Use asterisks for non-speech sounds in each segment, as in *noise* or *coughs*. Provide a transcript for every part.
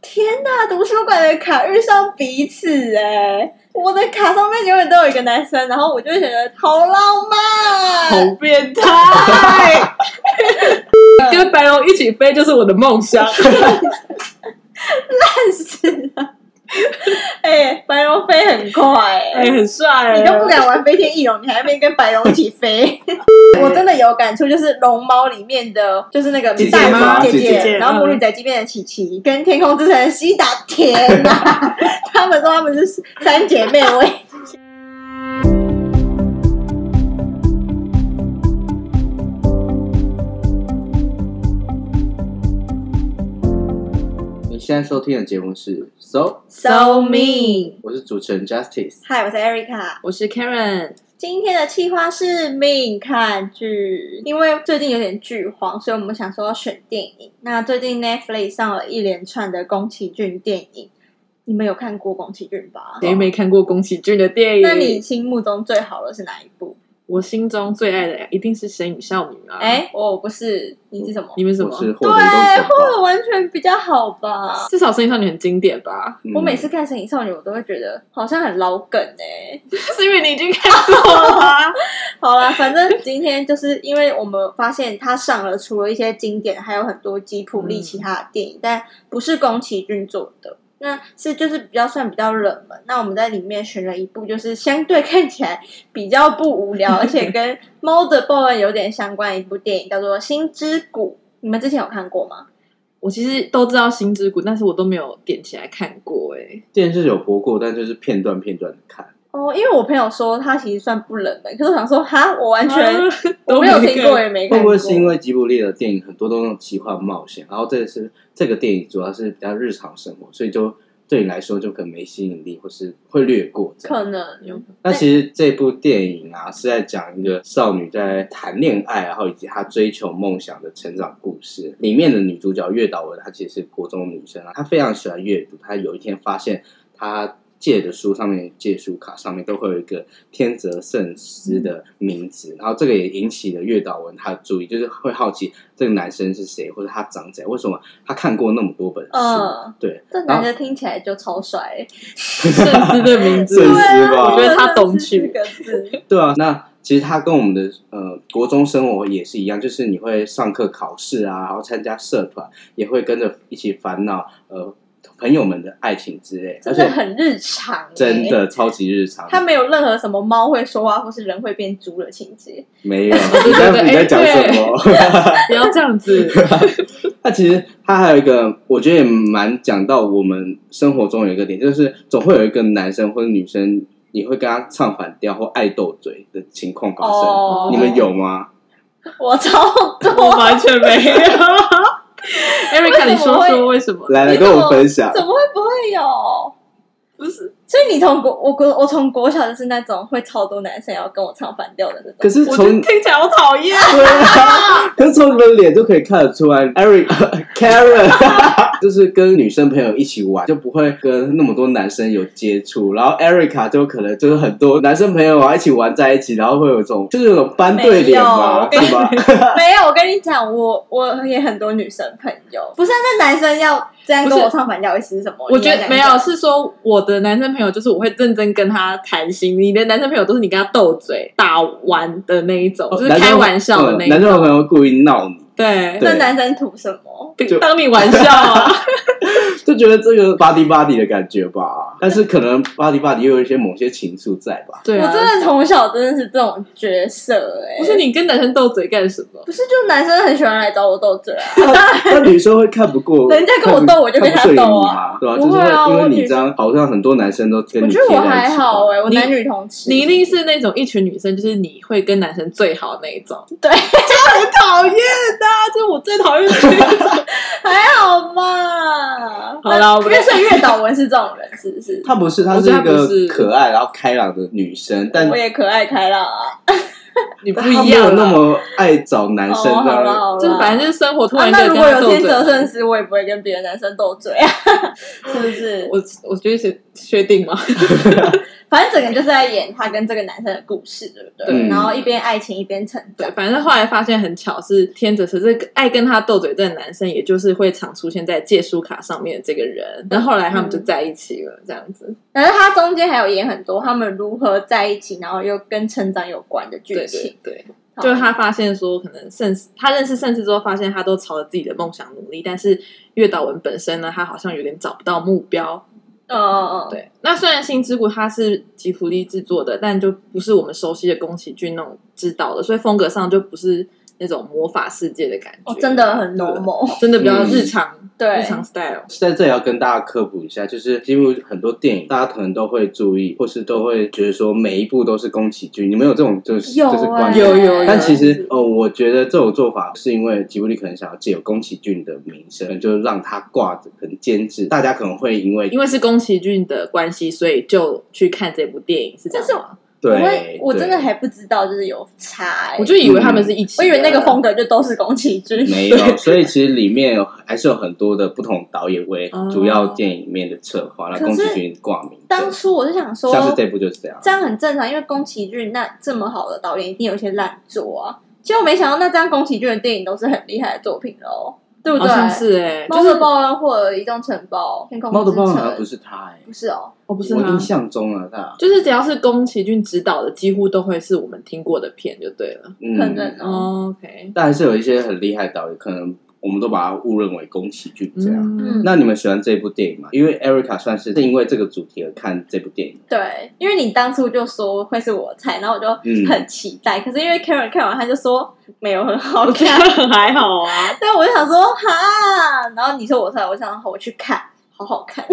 天呐，图书馆的卡遇上彼此哎、我的卡上面永远都有一个男生，然后我就会觉得好浪漫。好变态！跟白龙一起飞就是我的梦想。是啊， *laughs* 哎、白龙飞很快、哎哎，很帅欸！你都不敢玩飞天翼龙，你还没跟白龙一起飞。我真的有感触，就是《龙猫》里面的，就是那个姐姐大猫吗姐姐姐然后母女宅急便的琪琪跟天空之城的西达，天呐，他们说他们是三姐妹，我也你现在收听的节目是 So， So mean 我是主持人 Justice。嗨，我是 Erica。我是 Karen，今天的计划是命看剧，因为最近有点剧荒，所以我们想说要选电影。那最近 Netflix 上了一连串的宫崎骏电影，你们有看过宫崎骏吧？谁没看过宫崎骏的电影？那你心目中最好的是哪一部？我心中最爱的一定是《神与少女》啊！哎、，我不是，你是什么？你们什么我？是霍对，啊德东或者完全比较好吧。至少《神与少女》很经典 *laughs* 吧？嗯我每次看《神隐少女》，我都会觉得好像很老梗哎、是因为你已经看过了吗？好啦，反正今天就是因为我们发现他上了除了一些经典，还有很多吉普力其他的电影，但不是宫崎骏做的，那是就是比较算比较冷门。那我们在里面选了一部，就是相对看起来比较不无聊，而且跟《猫的报恩》有点相关的一部电影，叫做《心之谷》。你们之前有看过吗？ *laughs* 我其实都知道《心之谷》，但是我都没有点起来看过、哎，电视有播过，但就是片段片段的看。哦，因为我朋友说他其实算不冷门，可是我想说，哈，我完全、 *laughs* 都 *laughs* 我没有听过，哎看也没会看不过。会是因为吉卜力的电影很多都那种奇幻冒险，然后这个是这个电影主要是比较日常生活，所以就对你来说就可能没吸引力，或是会略过这样。可能有那其实这部电影啊，是在讲一个少女在谈恋爱，然后以及她追求梦想的成长故事。里面的女主角月岛文，她其实是国中女生啊，她非常喜欢阅读。她有一天发现，她借的书上面借书卡上面都会有一个天泽圣司的名字，然后这个也引起了月岛文她的注意，就是会好奇这个男生是谁，或者他长怎样，为什么他看过那么多本书？嗯，对，这男的听起来就超帅、圣斯的名 *laughs* 字圣对，斯啊，吧我觉得他懂取四个字，对啊，那其实它跟我们的呃国中生活也是一样，就是你会上课考试啊，然后参加社团，也会跟着一起烦恼呃朋友们的爱情之类，真而的且很日常、欸，真。的超级日常。他没有任何什么猫会说话或是人会变猪的情节，*laughs* 没有，你在对对你哎在讲什么？ *laughs* 不要这样子。那其实它还有一个，我觉得也蛮讲到我们生活中有一个点，就是总会有一个男生或者女生，你会跟他唱反调或爱斗嘴的情况发生。哦你们有吗？我超 *laughs* *laughs* 我多，完全没有。Erica，你说说为什么？来来你跟怎我么分享。怎么会不会有？不是，所以你从国我国我从国小就是那种会超多男生要跟我唱反调的那可种，是我从听听起来好讨厌。对啊，可是从你们脸就可以看得出来，Eric、Karen *laughs* 就是跟女生朋友一起玩，就不会跟那么多男生有接触。然后 Erica 就可能就是很多男生朋友啊一起玩在一起，然后会有一种就是那种班对脸嘛，没有是吧？没有。我跟你讲，我我也很多女生朋友，不是啊那男生要这样跟不是我唱反调，意思是什么？我觉你要得讲没一讲有，是说我的男生朋友就是我会认真跟他谈心，你的男生朋友都是你跟他斗嘴、打玩的那一种， *laughs* 就是哦男生开玩笑的那嗯一男种。生朋友故意闹你，对，对那男生图什么？就当你玩笑啊，就觉得这个 body body 的感觉吧。但是可能 body body 又有一些某些情愫在吧。对啊我真的从小真的是这种角色哎、不是你跟男生斗嘴干什么？不是就男生很喜欢来找我斗嘴啊？ *laughs* 那女生会看不过，人家跟我斗我就跟他看不顺眼斗你啊嘛，对吧？就不是会啊会因为我你女这样，好像很多男生都跟我你觉贴得我在一还起好哎、我啊你男女同吃，你一定是那种一群女生，就是你会跟男生最好那一种。对，很讨厌的啊，这是我最讨厌的 *laughs* 那一种。还好嘛。好啦我因们为所以月岛文是这种人，是不是？她不是，她我是觉得一她不是个可爱然后开朗的女生，但我也可爱开朗啊，你不她一没有样啦啊那么爱找男哦，生这好样啦好啦，就是反正就是生活突啊，然那间如跟果有他斗嘴天泽圣司，我也不会跟 *laughs* 别的男生斗嘴啊，是不是？我我觉得确确定吗？反正整个就是在演他跟这个男生的故事，对不对？对然后一边爱情一边成 *laughs* 对长，，反正后来发现很巧，是天泽是这个爱跟他斗嘴这个男生，也就是会常出现在借书卡上面的这个人。然后后来他们嗯就在一起了，这样子。然后他中间还有演很多他们如何在一起，然后又跟成长有关的剧对情对。对，好就是他发现说，可能甚至他认识甚至之后，发现他都朝着自己的梦想努力，但是月岛文本身呢，他好像有点找不到目标。嗯嗯嗯，对，那虽然《新之谷》它是吉卜力制作的，但就不是我们熟悉的宫崎骏那种指导的，所以风格上就不是那种魔法世界的感觉，哦，真的很嗯 normal，真的比较嗯日常、对日，常 style。在这里要跟大家科普一下，就是几乎很多电影，大家可能都会注意，或是都会觉得说每一部都是宫崎骏。你们有这种就是、有就是观欸念有有有但其嗯实，哦，我觉得这种做法是因为吉卜力可能想要借由宫崎骏的名声，就让他挂着很监制，大家可能会因为因为是宫崎骏的关系，所以就去看这部电影，是这但样是吗？我对会，我真的对还不知道，就是有差欸。我就以为他们是一起我的，以为那个风格就都是宫崎骏，没有，所以其实里面有还是有很多的不同导演为哦主要电影里面的策划，那可是宫崎骏挂名的。当初我就想说，像是这部就是这样，这样很正常，因为宫崎骏那这么好的导演，一定有一些烂作啊。结果没想到，那张宫崎骏的电影都是很厉害的作品喽，对不好对？像是哎、猫就的是报恩》或者《移动城堡》《天空猫的之报恩》城好像不是他哎、不是哦，哦，不是我吗印？象中啊，他就是只要是宫崎骏指导的，几乎都会是我们听过的片，就对了。可能嗯，哦。 OK，但还是有一些很厉害的导演，可能我们都把它误认为宫崎骏这样。嗯 *laughs* 那你们喜欢这部电影吗？因为 Erica 算是因为这个主题而看这部电影， *laughs* 对，因为你当初就说会是我的菜，然后我就嗯很期待。可是因为 Karen 看完，他就说没有很好 OK，看， *laughs* 还好啊。对，我就想说哈，然后你说我菜，我想好我去看，好好 *laughs* 看。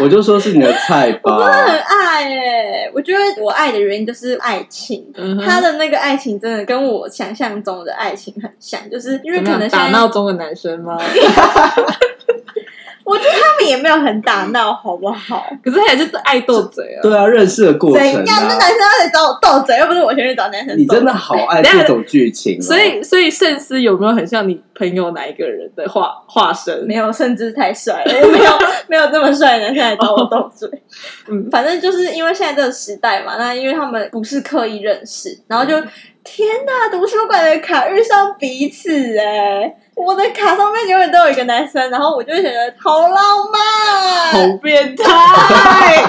我就说是你的菜吧。很爱哎、我觉得我爱的原因就是爱情。嗯哼他的那个爱情真的跟我想象中的爱情很像，就是因为可能现打在闹钟的男生吗？我觉得他们也没有很打闹，好不好？ *laughs* 可是还是爱斗嘴啊。对啊，认识的过怎程样？那啊男，生要来找我斗嘴，又不是我先去找男生斗嘴。你真的好爱等一下这种剧情、哦，所以，所以圣思有没有很像你朋友哪一个人的化化身？没有，甚至太帅了， *laughs* 我没有没有这么帅的男生来找我斗嘴。 *laughs* 嗯反正就是因为现在这个时代嘛，那因为他们不是刻意认识，然后就、嗯天哪，图书馆的卡遇上彼此哎、我的卡上面永远都有一个男生，然后我就会觉得好浪漫，好变态！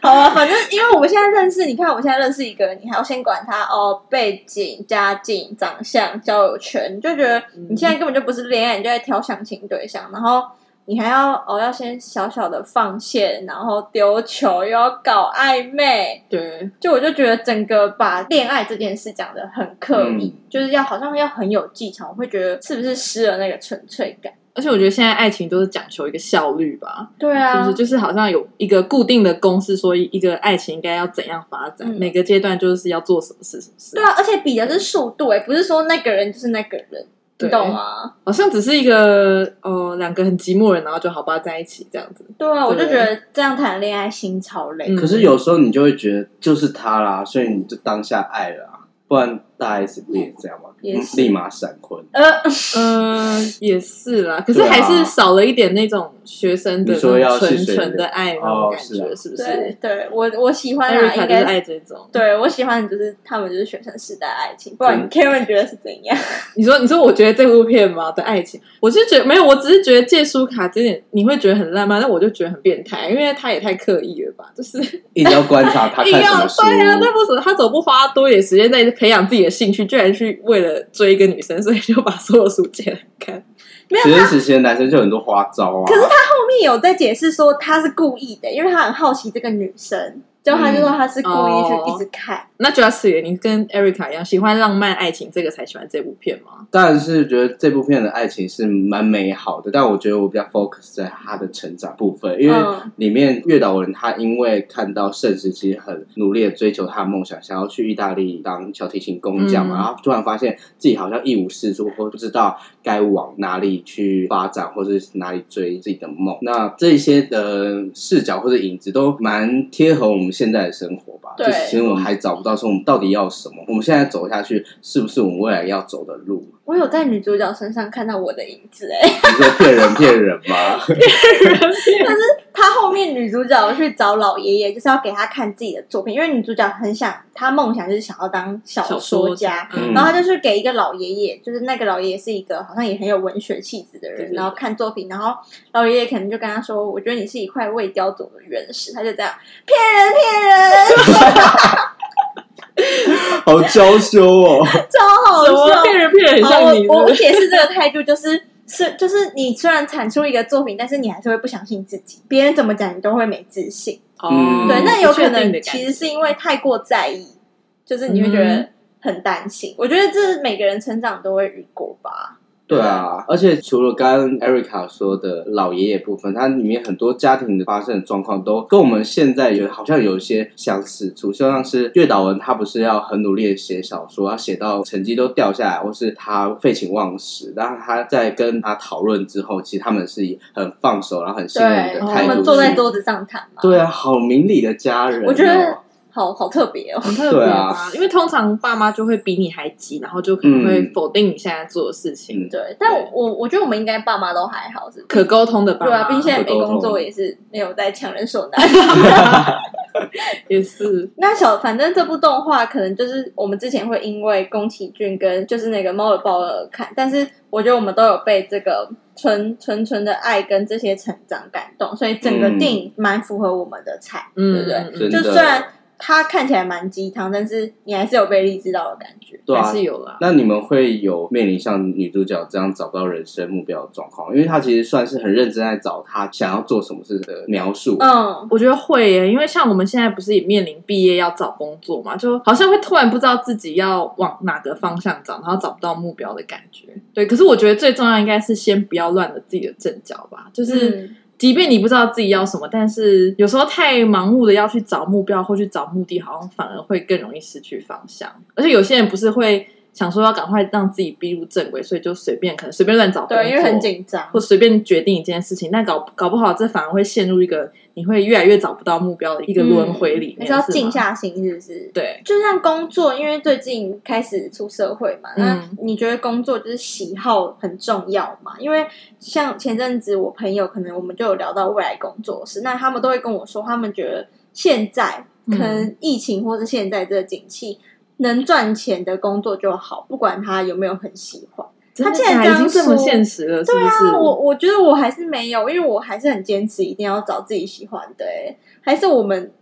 好了，呃反正因为我们现在认识，你看我现在认识一个人，你还要先管他哦，背景、家境、长相、交友圈，你就觉得嗯你现在根本就不是恋爱，你就在挑相亲对象，然后你还要哦要先小小的放线，然后丢球，又要搞暧昧，对，就我就觉得整个把恋爱这件事讲的很刻意，嗯就是要好像要很有技巧，我会觉得是不是失了那个纯粹感？而且我觉得现在爱情都是讲求一个效率吧，对是啊，不是？就是好像有一个固定的公式，说一个爱情应该要怎样发展，嗯每个阶段就是要做什么事，什么事对。啊，而且比的是速度、欸，哎，不是说那个人就是那个人，你对懂吗？好像只是一个呃，两个很寂寞的人，然后就好吧在一起这样子。对啊，我就对觉得这样谈恋爱心超累。嗯可是有时候你就会觉得就是他啦，所以你就当下爱了啊，不然大 S 不也这样吗？也是立马闪婚。呃，嗯，也是啦，可是对啊还是少了一点那种学生的你说要是纯谁纯的爱那种感觉，哦是不对是？对，我我喜欢艾啊，瑞卡应就该是爱这种。，对我喜欢的就是他们就是学生时代的爱情，不然嗯 Karen 觉得是怎样？ *laughs* 你说你说，我觉得这部片嘛的爱情，我是觉得没有，我只是觉得借书卡这点你会觉得很浪漫，但我就觉得很变态，因为他也太刻意了吧，就是一直要观察他 *laughs* 硬哎看什要么书，对啊，那为什么他怎么不花多一点时间在培养自己的兴趣，居然去为了追一个女生，所以就把所有书借来看？学生时期的男生就很多花招啊。可是他后面有在解释说他是故意的，因为他很好奇这个女生，结果他就说他是故意嗯去哦一直看。那 j u s t 你跟 Erica 一样喜欢浪漫爱情这个才喜欢这部片 *laughs* 吗？当然是觉得这部片的爱情是蛮美好的，但我觉得我比较 focus 在他的成长部分，因为嗯里面月岛文他因为看到圣石其实很努力的追求他的梦想，想要去意大利当小提琴工匠嘛，嗯然后突然发现自己好像一无是处，或不知道该往哪里去发展，或是哪里追自己的梦。那这些的视角或者影子都蛮贴合我们现在的生活吧。对就是其实我们还找不到说我们到底要什么，我们现在走下去是不是我们未来要走的路？我有在女主角身上 *laughs* 看到我的影子哎、欸，你说骗人骗人吗？她后面女主角去找老爷爷，就是要给他看自己的作品，因为女主角很想，她梦想就是想要当小说家。嗯然后她就是给一个老爷爷，就是那个老爷爷是一个好像也很有文学气质的对人，对对然后看作品，然后老爷爷可能就跟他说：“我觉得你是一块未雕琢的原石。”他就这样骗人骗人， *laughs* 好娇羞哦。超好怎么笑。骗人骗人很好，我像哦你？我是我不是解释这个态度就是。是，就是你虽然产出一个作品，但是你还是会不相信自己，别人怎么讲你都会没自信。哦，对，那有可能其其实实是因为太过在意，就是你会觉嗯得很担心。我觉得这是每个人成长都会遇过吧。对啊，而且除了刚刚 Erica 说的老爷爷部分，它里面很多家庭的发生的状况都跟我们现在有好像有一些相似处，就像是月岛文他不是要很努力的写小说，他写到成绩都掉下来，或是他废寝忘食，但是他在跟他讨论之后，其实他们是以很放手，然后很信任对，的哦他态度去，们坐在桌子上谈嘛，对啊，好明理的家人哦、我觉得好好特别哦。很特别对啊啊，因为通常爸妈就会比你还急，然后就可能会嗯否定你现在做的事情嗯，对，但我我我觉得我们应该爸妈都还好，是不是可沟通的爸对啊，妈，并且在可没沟通工作也是没有在强人所难。 *laughs* 也是那小，反正这部动画可能就是我们之前会因为宫崎骏跟就是那个猫的报恩而看，但是我觉得我们都有被这个纯纯纯的爱跟这些成长感动，所以整个嗯电影蛮符合我们的菜，对嗯不对？啊嗯嗯真的就虽然它看起来蛮鸡汤，但是你还是有被励志到的感觉。对啊嗯还，是有啦。那你们会有面临像女主角这样找不到人生目标的状况？因为她其实算是很认真在找她想要做什么事的描述。嗯，我觉得会耶，因为像我们现在不是也面临毕业要找工作嘛，就好像会突然不知道自己要往哪个方向找，然后找不到目标的感觉。对，可是我觉得最重要应该是先不要乱了自己的阵脚吧，就是嗯即便你不知道自己要什么，但是有时候太盲目的要去找目标或去找目的，好像反而会更容易失去方向。而且有些人不是会想说要赶快让自己逼入正轨，所以就随便可能随便乱找工作对，因为很紧张或。随便决定一件事情，但搞搞不好这反而会陷入一个你会越来越找不到目标的一个轮回里嗯还面，是要吗静。下心，是不是？对，就像工作，因为最近开始出社会嘛，那嗯你觉得工作就是喜好很重要嘛？因为像前阵子我朋友，可能我们就有聊到未来工作室，那他们都会跟我说，他们觉得现在可嗯能疫情或是现在这个景气，能赚钱的工作就好，不管他有没有很喜欢。他真的竟然假的这样已经这么说现实了，是对不是？啊，我我觉得我还是没有，因为我还是很坚持，一定要找自己喜欢的、欸。还是我们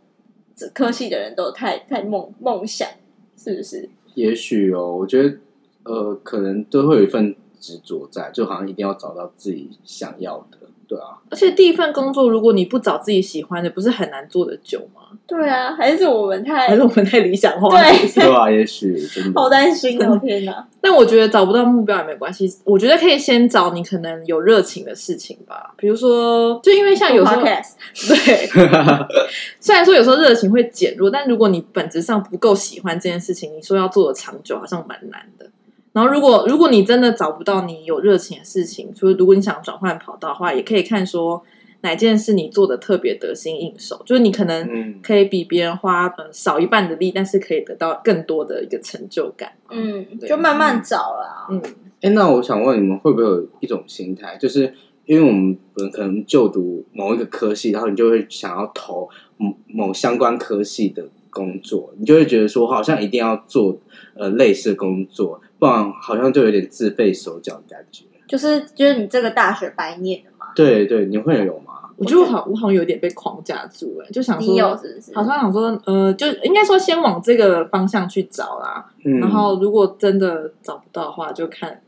这科系的人都太太梦梦想，是不是？也许哦，我觉得呃，可能都会有一份执着在，就好像一定要找到自己想要的。对 *laughs* 啊，而且第一份工作，如果你不找自己喜欢的，不是很难做得久吗？对啊，还是我们太还是我们太理想化？对，对啊，也许真好的。担心哦！天哪，但我觉得找不到目标也没关系，我觉得可以先找你可能有热情的事情吧，比如说，就因为像有时候 podcast 对，虽然说有时候热情会减弱，但如果你本质上不够喜欢这件事情，你说要做的长久，好像蛮难的。然后，如果如果你真的找不到你有热情的事情，就是如果你想转换跑道的话，也可以看说哪件事你做的特别得心应手，就是你可能嗯，可以比别人花呃少一半的力，但是可以得到更多的一个成就感。嗯，对就慢慢找啦。嗯，哎、那我想问你们，会不会有一种心态，就是因为我们可能就读某一个科系，然后你就会想要投某某相关科系的工作，你就会觉得说，好像一定要做呃类似的工作，不然好像就有点自费手脚的感觉。就是就是你这个大学白念的嘛，对对，你会有吗？我觉得我好，我好像有点被框架住了，就想说你有是不是？好像想说，呃，就应该说先往这个方向去找啦。嗯，然后如果真的找不到的话，就看。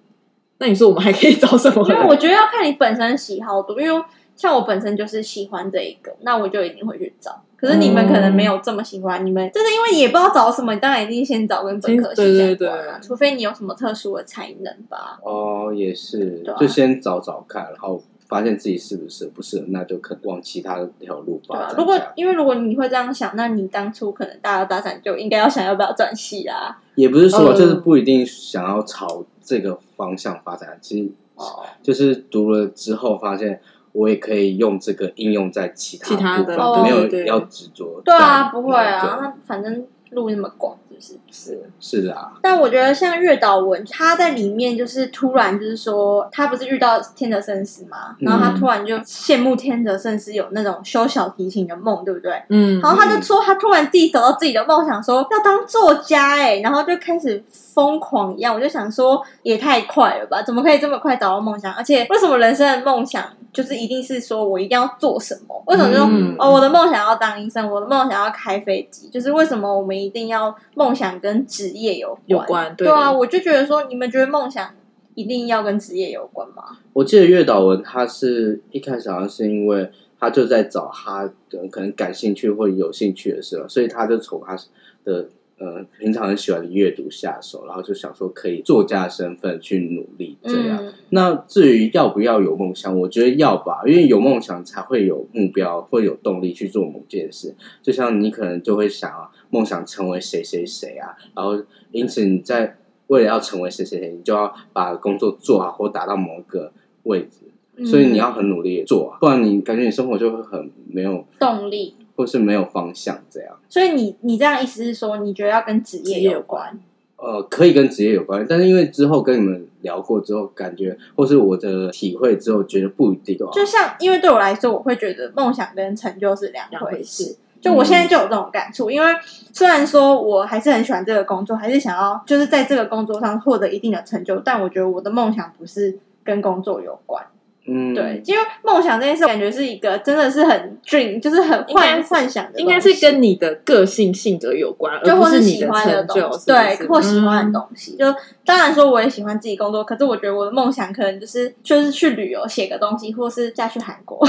那你说我们还可以找什么？ *laughs* 因为我觉得要看你本身喜好度，因为像我本身就是喜欢这一个，那我就一定会去找。可是你们可能没有这么喜欢，你们就是因为也不知道找什么，你当然一定先找跟本科系哎对对相对关啊，除非你有什么特殊的才能吧。哦，也是对啊，就先找找看，然后发现自己适不适合，不适合那就可能往其他的条路对发啊展，这样。如果因为如果你会这样想，那你当初可能大二大三就应该要想要不要转系啊。也不是说嗯就是不一定想要朝这个方向发展，其实哦，就是读了之后发现，我也可以用这个应用在其他其他部的分，哦没有对要执着。对啊，不会啊，对。那反正路那么广，是不是？是是啊，但我觉得像月岛文，他在里面就是突然就是说，他不是遇到天德圣司嘛，然后他突然就羡慕天德圣司有那种修小提琴的梦，对不对？嗯，然后他就说，他突然自己找到自己的梦想，说要当作家哎、然后就开始疯狂一样。我就想说，也太快了吧？怎么可以这么快找到梦想？而且为什么人生的梦想就是一定是说我一定要做什么？为什么就说、嗯哦，我的梦想要当医生，我的梦想要开飞机？就是为什么我们一定要梦想跟职业有嗯有关对对啊，我就觉得说，你们觉得梦想一定要跟职业有关吗？我记得月岛文他是一开始好像是因为他就在找他的可能感兴趣或者有兴趣的事嘛，所以他就从他的呃平常很喜欢的阅读下手，然后就想说可以作家的身份去努力这样。嗯那至于要不要有梦想，我觉得要吧，因为有梦想才会有目标，会有动力去做某件事。就像你可能就会想啊，梦想成为谁谁谁啊，然后因此你在为了要成为谁谁谁，你就要把工作做好或达到某个位置，嗯所以你要很努力地做、啊，不然你感觉你生活就会很没有，嗯动力。或是没有方向这样。所以你你这样意思是说，你觉得要跟职业有关？呃，可以跟职业有关，但是因为之后跟你们聊过之后，感觉或是我的体会之后，觉得不一定啊。就像因为对我来说，我会觉得梦想跟成就是两两回回事事。就我现在就有这种感触，因为虽然说我还是很喜欢这个工作，还是想要就是在这个工作上获得一定的成就，但我觉得我的梦想不是跟工作有关。嗯，对， *laughs* 因为梦想这件事，感觉是一个真的是很 dream，就是很应该幻是幻想的东西，应该是跟你的个性性格有关，就而不或是你喜欢成东西，就，是不嗯对，是或喜欢的东西。就当然说我也喜欢自己工作，可是我觉得我的梦想可能就是就是去旅游写个东西，或是嫁去韩国， *laughs*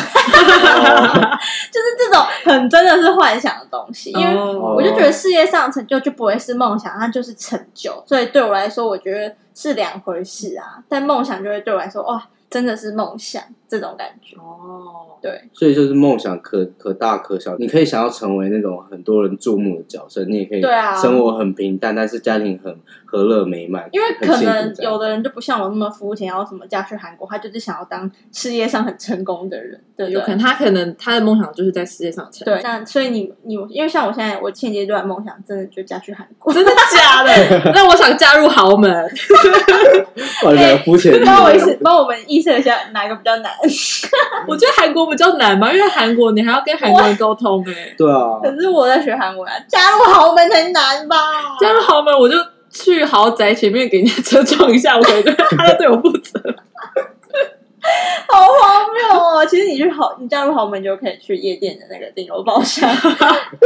就是这种很真的是幻想的东西。因为哦我就觉得事业上的成就就不会是梦想，它就是成就。所以对我来说，我觉得是两回事啊。但梦想就会对我来说，哇、真的是梦想这种感觉。哦，对，所以就是梦想可可大可小，你可以想要成为那种很多人注目的角色，你也可以对啊生活很平淡，但是家庭很和乐美满， *laughs* 因为很可幸福能这样有的人就不像我那么肤浅，要什么嫁去韩国，他就是想要当事业上很成功的人，对不有可对能？他可能他的梦想就是在世界上成对，那所以你你因为像我现在，我现阶段梦想真的就嫁去韩国，*laughs* 真的假的？ *laughs* 那我想加入豪门，哇，你哎们肤浅的地帮方，我意思，帮我们意识一下哪个比较难， *laughs* 我觉得韩国比较难吧，因为韩国你还要跟韩国人沟通哎、对啊，可是我在学韩文啊，加入豪门才难吧？加入豪门我就去豪宅前面给人家车撞一下，我觉得他就对我负责。好荒谬哦！其实你去豪，你加入豪门就可以去夜店的那个顶楼包 *laughs* 厢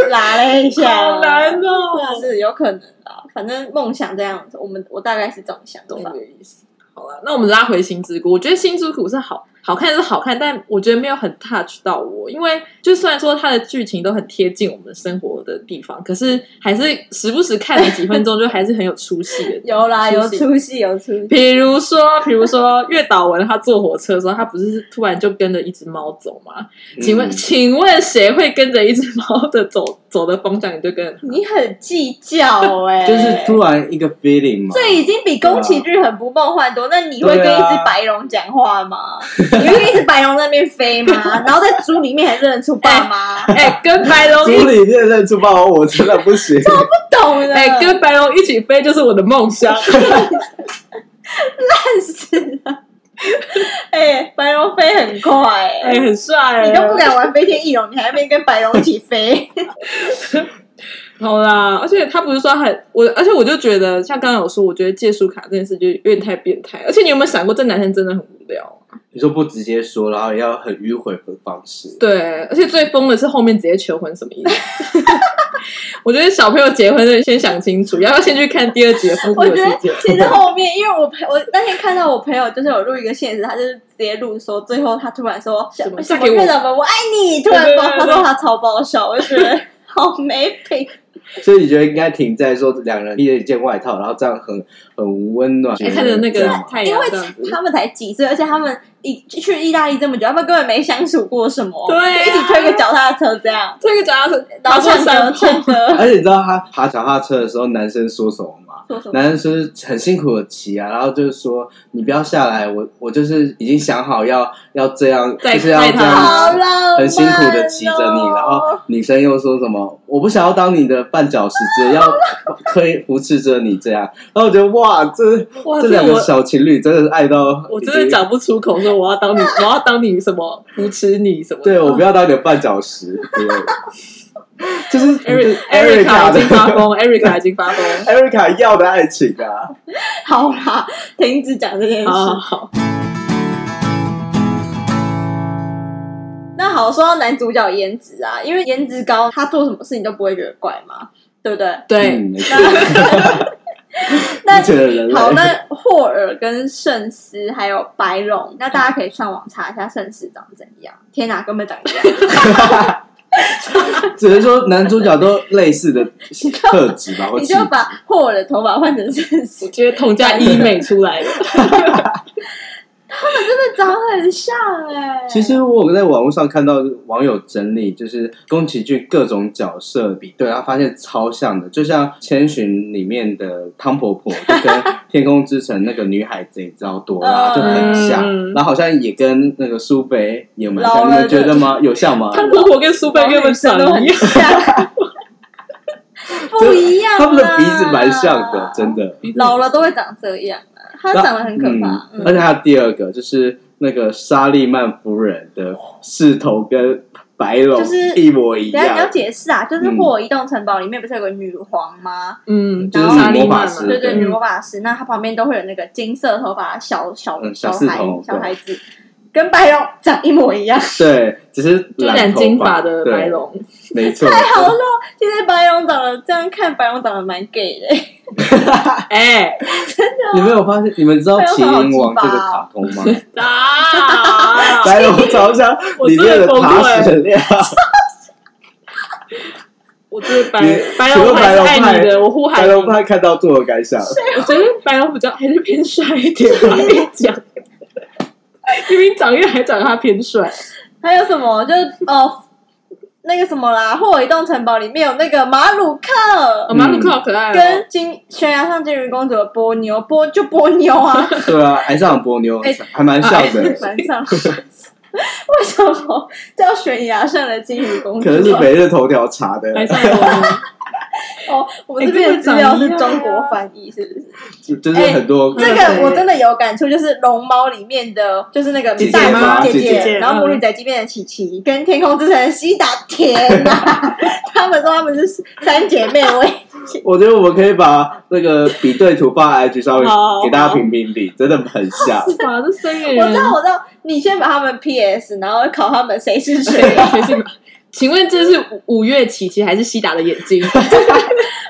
拉了一下，好难真的哦。是有可能啦。反正梦想这样子，我们我大概是这种想法。的意思。好了，那我们拉回星之谷，我觉得星之谷是好好看是好看，但我觉得没有很 touch 到我，因为就虽然说它的剧情都很贴近我们生活的地方，可是还是时不时看了几分钟，就还是很有出戏的。有啦，有出戏出戏，有出戏。 *laughs* 比如说，比如说月岛文他坐火车的时候，他不是突然就跟着一只猫走吗？嗯请问，请问谁会跟着一只猫的走 *laughs* 走的方向你就 *laughs* 跟着它？你很计较哎、 *laughs* 就是突然一个 feeling 嘛，这已经比宫崎骏很不梦幻多。那你会跟一只白龙讲话吗？你会跟一只白龙在那边飞吗？然后在猪里面还认得出爸妈？哎、跟白龙一组里面认出包，我真的 *laughs* 不行，不懂的，哎、跟白龙一起飞就是我的梦 *laughs* 想。死了！ *laughs* 哎，白龙飞很快、哎、哎，很帅、你都不。敢玩飞天翼龙，你还没跟白龙一起飞？好啦，而且他不是说很我，而且我就觉得像刚刚有说，我觉得借书卡这件事就有点太变态。而且你有没有想过，这男生真的很无聊？你说不直接说，然后也要很迂回的方式，对，而且最疯的是后面直接求婚，什么意思？ *laughs* 我觉得小朋友结婚的先想清楚，要不要先去看第二集的《复古我的觉世得界》？其实后面，因为我朋我那天看到我朋友就是有录一个现实，他就是直接录说，最后他突然说什么什嫁给我月老们我爱你，突然对对爆，对他对说他超爆笑，我就觉得好没品。所以你觉得应该停在说两人披着一件外套，然后这样很很温暖，啊哎、看着那这个样吗太因阳为这样子，他们才几岁，而且他们一去意大利这么久，他们根本没相处过什么，对啊一起推个脚踏车这样，这个脚踏车然后爬过唱歌山唱坡， *laughs* 歌，而且你知道他爬脚踏车的时候，男生说什么吗？说什么？男生是很辛苦的骑啊，然后就是说你不要下来，我我就是已经想好要要这样，载就是要载这他好浪样漫、哦，很辛苦的骑着你，然哦后女生又说什么我不想要当你的绊脚石，只要 *laughs* 推扶持着你这样，然后我觉得哇，这哇，这两个个我小情侣真的是爱到我已真的经讲不出口，说我要当你，我要当你什么扶持你什么的。对我不要当你的绊脚石，对就是 Eric Erica 已 Erica 经发的疯，Erica 已经发疯。 *laughs* Erica 要的爱情啊，好啦，停止讲这件事。好好好，那好，说到男主角颜值啊，因为颜值高，他做什么事情都不会觉得怪嘛，对不对？对，嗯，没错那之前的人类好，那霍尔跟圣斯还有白龙，那大家可以上网查一下圣斯长怎样。天哪，根本长 *laughs* 一样。 *laughs* 只能说男主角都类似的特质吧，或你气就把霍尔的头发换成圣斯，直接同价医美出来的。 *laughs* 真的长很像哎、其 *laughs* 实我有在网络上看到网友整理，就是宫崎骏各种角色比对，他发现超像的，就像《千寻》里面的汤婆婆，就跟《天空之城》那个女海贼招多 *laughs* 拉嗯就很像，嗯然后好像也跟那个苏菲也蛮老像，你了们觉得吗？有像 *laughs* 吗？汤婆婆跟苏菲跟我们长长得得一很样，像，不一样啊。他们的鼻子蛮像的，真的。老了都会长这样啊，他长得很可怕。嗯嗯而且还有第二个，就是那个莎莉曼夫人的势头跟白龙就是一模一等一下你要样，解释啊，就是嗯霍尔移动城堡里面不是有个女皇吗？嗯，就是莎莉女魔法曼师嘛，嗯对对，嗯女魔法师，那她旁边都会有那个金色头发的小小嗯小小孩四头小孩子，跟白龙长一模一样。 *laughs* 对，只是就染染头金发的对白龙，没错，好了，其实白龙长得这样看，白龙长得蛮 gay 的。 *laughs* 哦哎， *laughs* 你们有发现？你们 *laughs* 知道《麒麟王》这个卡通吗？ *laughs* 啊，白龙 *laughs* 朝向里面的塔矢亮，我觉得白你白请龙问还是白龙爱派你的，我呼喊白你。龙 *laughs* 派看到作何感想？我觉得白龙比较还是偏帅一 *laughs* 点吧，别讲，明明长越还长得他偏帅，还有什么？就是哦，那个什么啦，霍尔移动城堡里面有那个马鲁哦克。马鲁克好可爱哦跟，金悬崖上金鱼公主的波妞，波就波妞 *laughs* 啊，对啊，爱上波妞哎还蛮像的， *laughs* 蛮上。为什么叫悬崖上的金鱼公主？可能是每日头条查的，白上龙，哦，我们这边的资料是中国翻译，是不是？就就是很多哎这个我真的有感触，就是《龙猫》里面的，就是那个姐姐大吗妈姐姐姐然后《魔女宅急便》的琪琪，跟《天空之城》的西达天呐，他们说他们是三姐妹，我也我觉得我们可以把那个比对图放在 IG 上面好给大家评评理，真的很 *laughs* 像。哇，这三个我知人道，我知道，你先把他们 PS，然后考他们谁是谁。谁是？请问这是五五月琪琪还是西达的眼 *laughs* 睛？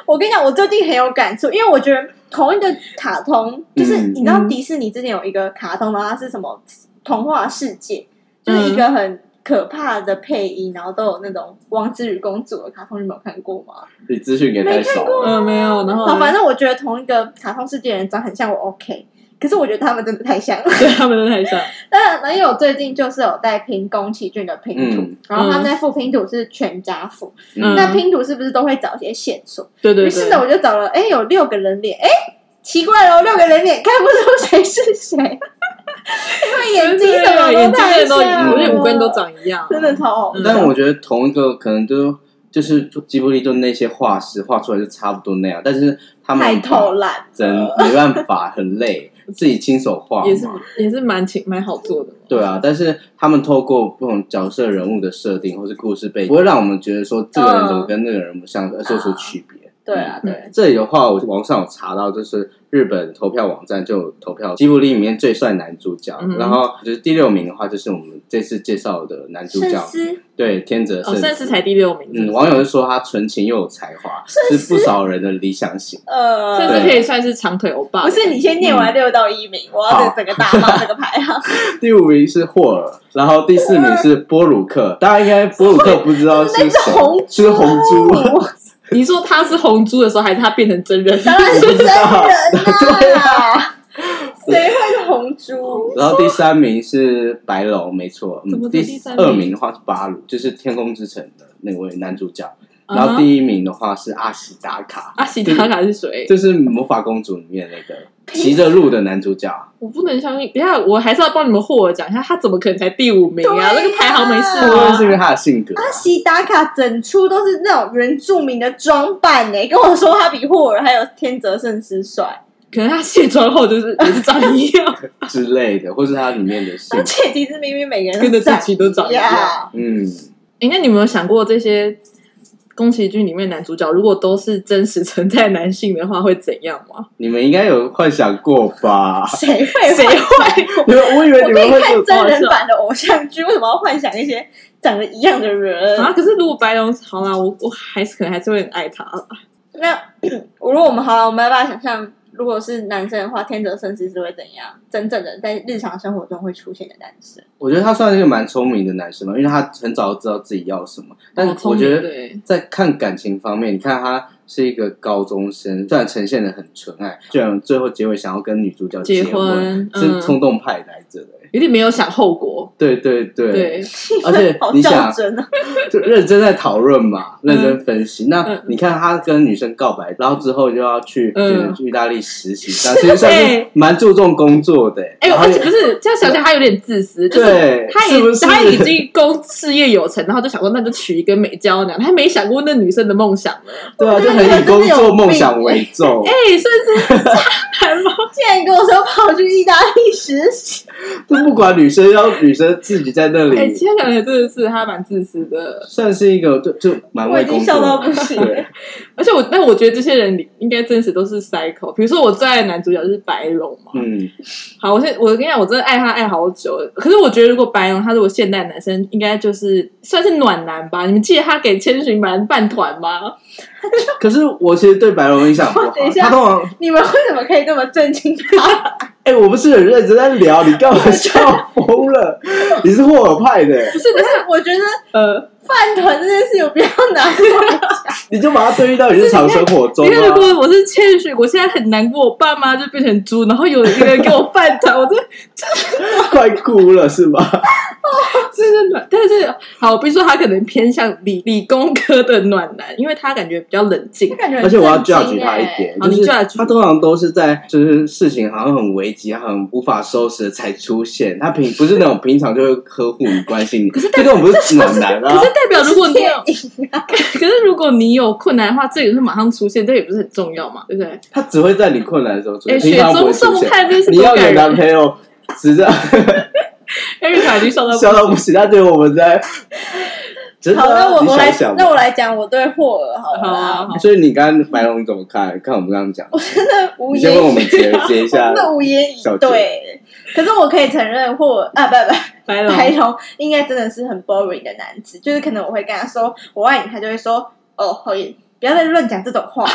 我跟你讲，我最近很有感触，因为我觉得同一个卡通，就是嗯你知道嗯迪士尼之前有一个卡通，然后它是什么童话世界，就是一个很可怕的配音，然后都有那种王子与公主的卡通，你们有看过吗？你资讯给太少了，嗯，没有，然后好，反正我觉得同一个卡通世界的人长很像我 OK，可是我觉得他们真的太像了。 *laughs* 对他们都太像，但然，因为我最近就是有在拼宫崎骏的拼图，嗯然后他那副拼图是全家福，嗯那拼图是不是都会找一些线索？对对于是呢，对，我就找了，哎，有六个人脸，哎，奇怪了，六个人脸看不出谁是谁， *laughs* 因为眼睛什么眼都睛太都，像我觉了得五官都长一样，真的超好嗯但我觉得同一个可能就就是吉卜力就那些画师画出来就差不多那样，但是他们太偷懒真了。没办法，很 *laughs* 累，自己亲手画也是嘛。也是蛮挺蛮好做的嘛，对啊，但是他们透过不同角色人物的设定或是故事背景，不会让我们觉得说这个人怎么跟那个人不像，而做出区别。嗯对啊，嗯对，这里的话，我网上有查到，就是日本投票网站就有投票吉卜力里面最帅男主角，嗯然后就是第六名的话，就是我们这次介绍的男主圣角，思，对天泽哦，圣算是才第六名，嗯，网友就说他纯情又有才华，圣是不少人的理想型。呃，甚至可以算是长腿欧巴，不是你先念完六到一名，我要整个大骂这个啊排行。第五名是霍尔，然后第四名是波鲁克。大家应该波鲁克不知道 *laughs* 是谁，那是红猪是红猪，你说他是红猪的时候，还是他变成真人？当然是真人 *laughs* 对啊啦，谁会是红猪？然后第三名是白龙，没错。怎么嗯，在第第三名嗯二名的话是巴鲁，就是《天空之城》的那位男主角。然后第一名的话是阿喜达卡，阿喜塔卡是谁？这是魔法公主里面那个骑着鹿的男主角，我不能相信，等一下我还是要帮你们霍尔讲一下，他怎么可能才第五名啊？对呀那个排行没会不会是事因吗？为他的性格啊？阿西打卡整出都是那种原住民的装扮呢，跟我说他比霍尔还有天泽圣司帅，可能他卸妆后就是也是长一 *laughs* 样，之类的，或是他里面的性而格，且其实明明每个人跟着自长己都长一一样。样。嗯，哎，那你有没有想过这些宫崎骏里面男主角如果都是真实存在男性的话会怎样吗？你们应该有幻想过吧？谁会谁幻 *laughs* 会？你们我以为我你可以们会看做真人版的偶像剧，为什么要幻想一些长得一样的人？啊，可是如果白龙好啦，我我还是可能还是会很爱他啦。那 *coughs* 如果我们好了，我们要办法想象，如果是男生的话，天择圣司是会怎样？真正的在日常生活中会出现的男生，我觉得他算是一个蛮聪明的男生嘛，因为他很早就知道自己要什么。但好我哦聪明觉得对在看感情方面，你看他是一个高中生，虽然呈现的很纯爱，虽然最后结尾想要跟女主角结婚，婚是冲嗯，动派来着的、欸有点没有想后果，对对对，对，而 *laughs* 且 *laughs* 好你较哦想，真啊！就认真在讨论嘛，嗯认真分析。那嗯你看他跟女生告白，然后之后就要去嗯去意大利实习，其 *laughs* 实算是欸蛮注重工作的、欸。哎、然后而且不是，这样想想他有点自私，就是对，他已是不是他已经工事业有成，然后就想说那就娶一个美娇娘，他没想过那女生的梦想了。对啊，就很以工作梦想为重。哎、甚至渣男吗？竟然跟我说跑去意大利实 *laughs* 习，就不管女生要女生自己在那哎、其里，他想想真的是他蛮自私的，算是一个就就蛮我为已经工笑到作。不行了。对，而且我但我觉得这些人里应该真实都是 psycho，比如说我最爱的男主角就是白龙嘛。嗯，好，我现我跟你讲，我真的爱他爱好久了。可是我觉得，如果白龙他如果现代男生，应该就是算是暖男吧？你们记得他给千寻版办团吗？可是我其实对白龙印象 *laughs* 不好啊等一，下他通常你们为什么可以这么震惊他？哎，我不是很认真在聊，你干嘛笑 *laughs* 疯了？你是霍尔派的，不是，不但是是， *laughs* 我觉得呃，饭团这件事有必要拿过来你就把它对应到你日常生活 *laughs* 中因为如啊。果我是欠水，我现在很难过，我爸妈就变成猪，然后有一个人给我饭团，我真的快哭了是吧？真的暖。但是好，比如说他可能偏向理理工科的暖男，因为他感觉比较冷静我。感觉很 *laughs* 而且我要震惊 judge 他欸一点，好就你是 judge 他通常都是在就是事情好像很危急、很无法收拾才出现。他平不是那种平常就会呵护你、关 *laughs* 心你，可是这种不是暖男啊可。是代表如果你 *laughs* 有，这是电影啊可是如果你有困难的话，这也是马上出现，这也不是很重要嘛，对不对？他只会在你困难的时候出哎，欸现，雪平常不中会出送现。炭真是你多要有感男人。朋友，实在艾瑞卡已经笑到 *laughs* 笑到不行，他觉得我们在真 *laughs* 的好，那啊。我你我来想想，吧那我来讲我对霍尔好好了啊啊，好，所以你刚刚白龙你怎么看？看我们刚刚讲，真的无你言先以为我们结啊结一下 *laughs* 真。的无言以小姐对。可是我可以承认霍尔啊，不不，白 *laughs* 龙，白龙应该真的是很 boring 的男子，就是可能我会跟他说我爱你，他就会说哦，好耶，不要再乱讲这种 *laughs* 话，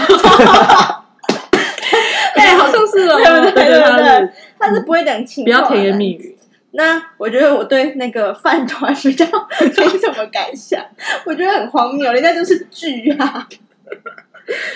哎，好像是哦，对不对对对不对对，他是不会讲情不话的。要甜言蜜语。那我觉得我对那个饭团比较没什么感想， *laughs* 我觉得很荒谬，人家就是剧 *laughs* 啊。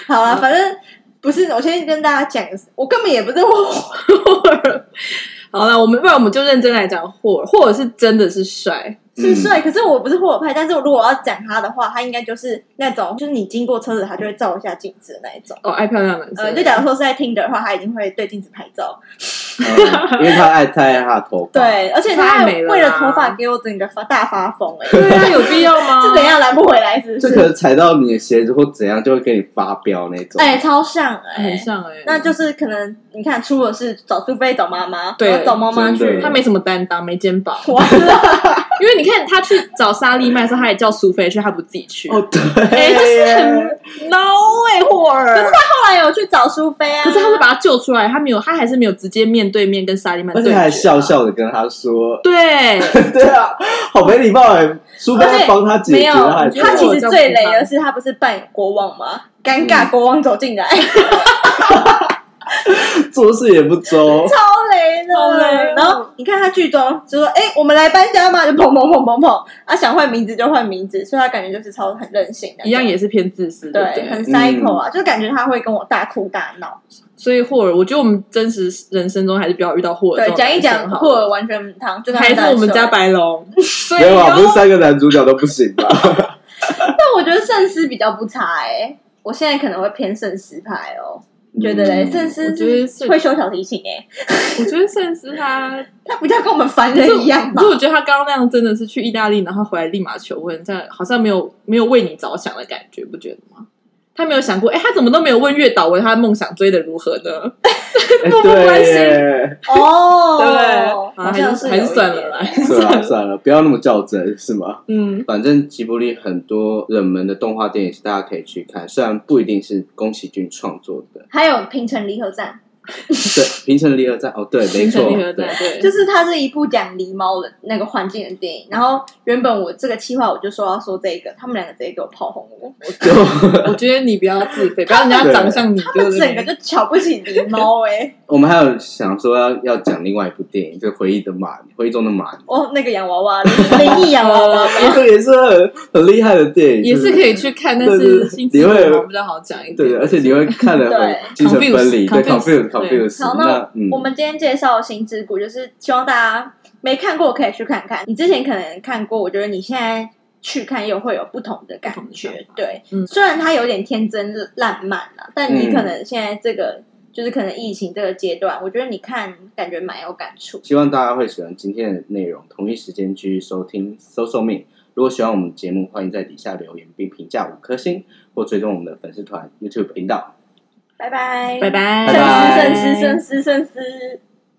好嗯啊，反正不是，我先跟大家讲，我根本也不是我，霍尔。 *laughs* 好了，我们不然我们就认真来讲霍尔，霍尔是真的是帅，是嗯帅，可是我不是霍尔派，但是我如果要讲他的话，他应该就是那种，就是你经过车子，他就会照一下镜子的那一种。哦，爱漂亮的男生。呃，就假如说是在听的话，他一定会对镜子拍照。嗯因为他爱太爱他的头发。，对，而且他太还美了啊为了头发给我整个发大发疯、欸，对啊，有必要吗？ *laughs* 是怎？样拦不回来？是不就可是？能踩到你的鞋子或怎样，就会给你发飙那种。哎、超像哎、很像哎、那就是可能你看出了是找苏菲找妈妈，对然后找妈妈真去的他。没什么担当，没肩膀。我知因为你看他去找莎莉麦的时候，他也叫苏菲去，他不自己去。哦，对，哎就是很 no 哎、霍尔。后来有去找苏菲啊，可是他是把他救出来，他没有，他还是没有直接面对面跟莎莉曼而对且决啊。还笑笑的跟他说：“对，*laughs* 对啊，好没礼貌哎，苏菲在帮他解没决，有他还觉他得其我实叫最不嗯雷上的是他不是扮国王吗？尴尬，国王走进来，做事也不周。 *laughs* 超雷的。超雷哦然后你看他剧中就说：“哎、我们来搬家嘛！”就砰砰砰砰砰，啊，想换名字就换名字，所以他感觉就是超很任性的，一样也是偏自私，对不对，很 psycho 啊，就感觉他会跟我大哭大闹。所以霍尔，我觉得我们真实人生中还是不要遇到霍尔这对，种讲一男生好讲了。霍尔完全母汤，就他还是我们在家说 *laughs* 白龙，所以没有啊，哦不是三个男主角都不行吧？但我觉得圣诗比较不差哎、我现在可能会偏圣诗派哦。你 *laughs* 觉得嘞？嗯圣诗我觉得是是会修小提琴哎、我觉得圣斯他他不叫跟我们凡人一样吧可是？我觉得他刚刚那样真的是去意大利，然后回来立马求婚，这样好像没有没有为你着想的感觉，不觉得吗？他没有想过，哎、他怎么都没有问月岛为他的梦想追的如何呢？哎不关对心耶，哦， *laughs* 对不对？好啊像还是是还是有一算点了啦，算了算了，不要那么较真，是吗？嗯，反正吉卜力很多冷门的动画电影是大家可以去看，虽然不一定是宫崎骏创作的。还有平成离合战，对，平成离合战哦，对，没凌晨错，离合对战，对，就是它是一部讲狸猫的那个环境的电影。然后原本我这个企划我就说要说这个，他们两个直接给我炮轰我， *laughs* *laughs* 就我觉得你不要自卑，不要人家长相你他哎就们是整个就瞧不起狸猫 *laughs* 哎！我们还有想说要要讲另外一部电影，就《回忆的马》，回忆中的 *laughs* 马，哦，那个洋娃娃，灵异洋娃娃 *laughs* 吧，也是也是很很厉害的电影，也是可以去看，但对对是对心情好比较好讲一点。对，而且你会看得很精神分离，对 confused， ，confuse 对 confuse。好那那嗯，我们今天介绍《星之谷》，就是希望大家没看过可以去看看。你之前可能看过，我觉得你现在去看又会有不同的感不同的觉想。法对，嗯虽然它有点天真烂漫啦，但你嗯可能现在这嗯个、就是可能疫情这个阶段，我觉得你看感觉蛮有感触。希望大家会喜欢今天的内容，同一时间继续收听《搜搜命》。如果喜欢我们节目，欢迎在底下留言并评价五颗星，或追踪我们的粉丝团 YouTube 频道。拜拜，拜拜，深思深思深思深思。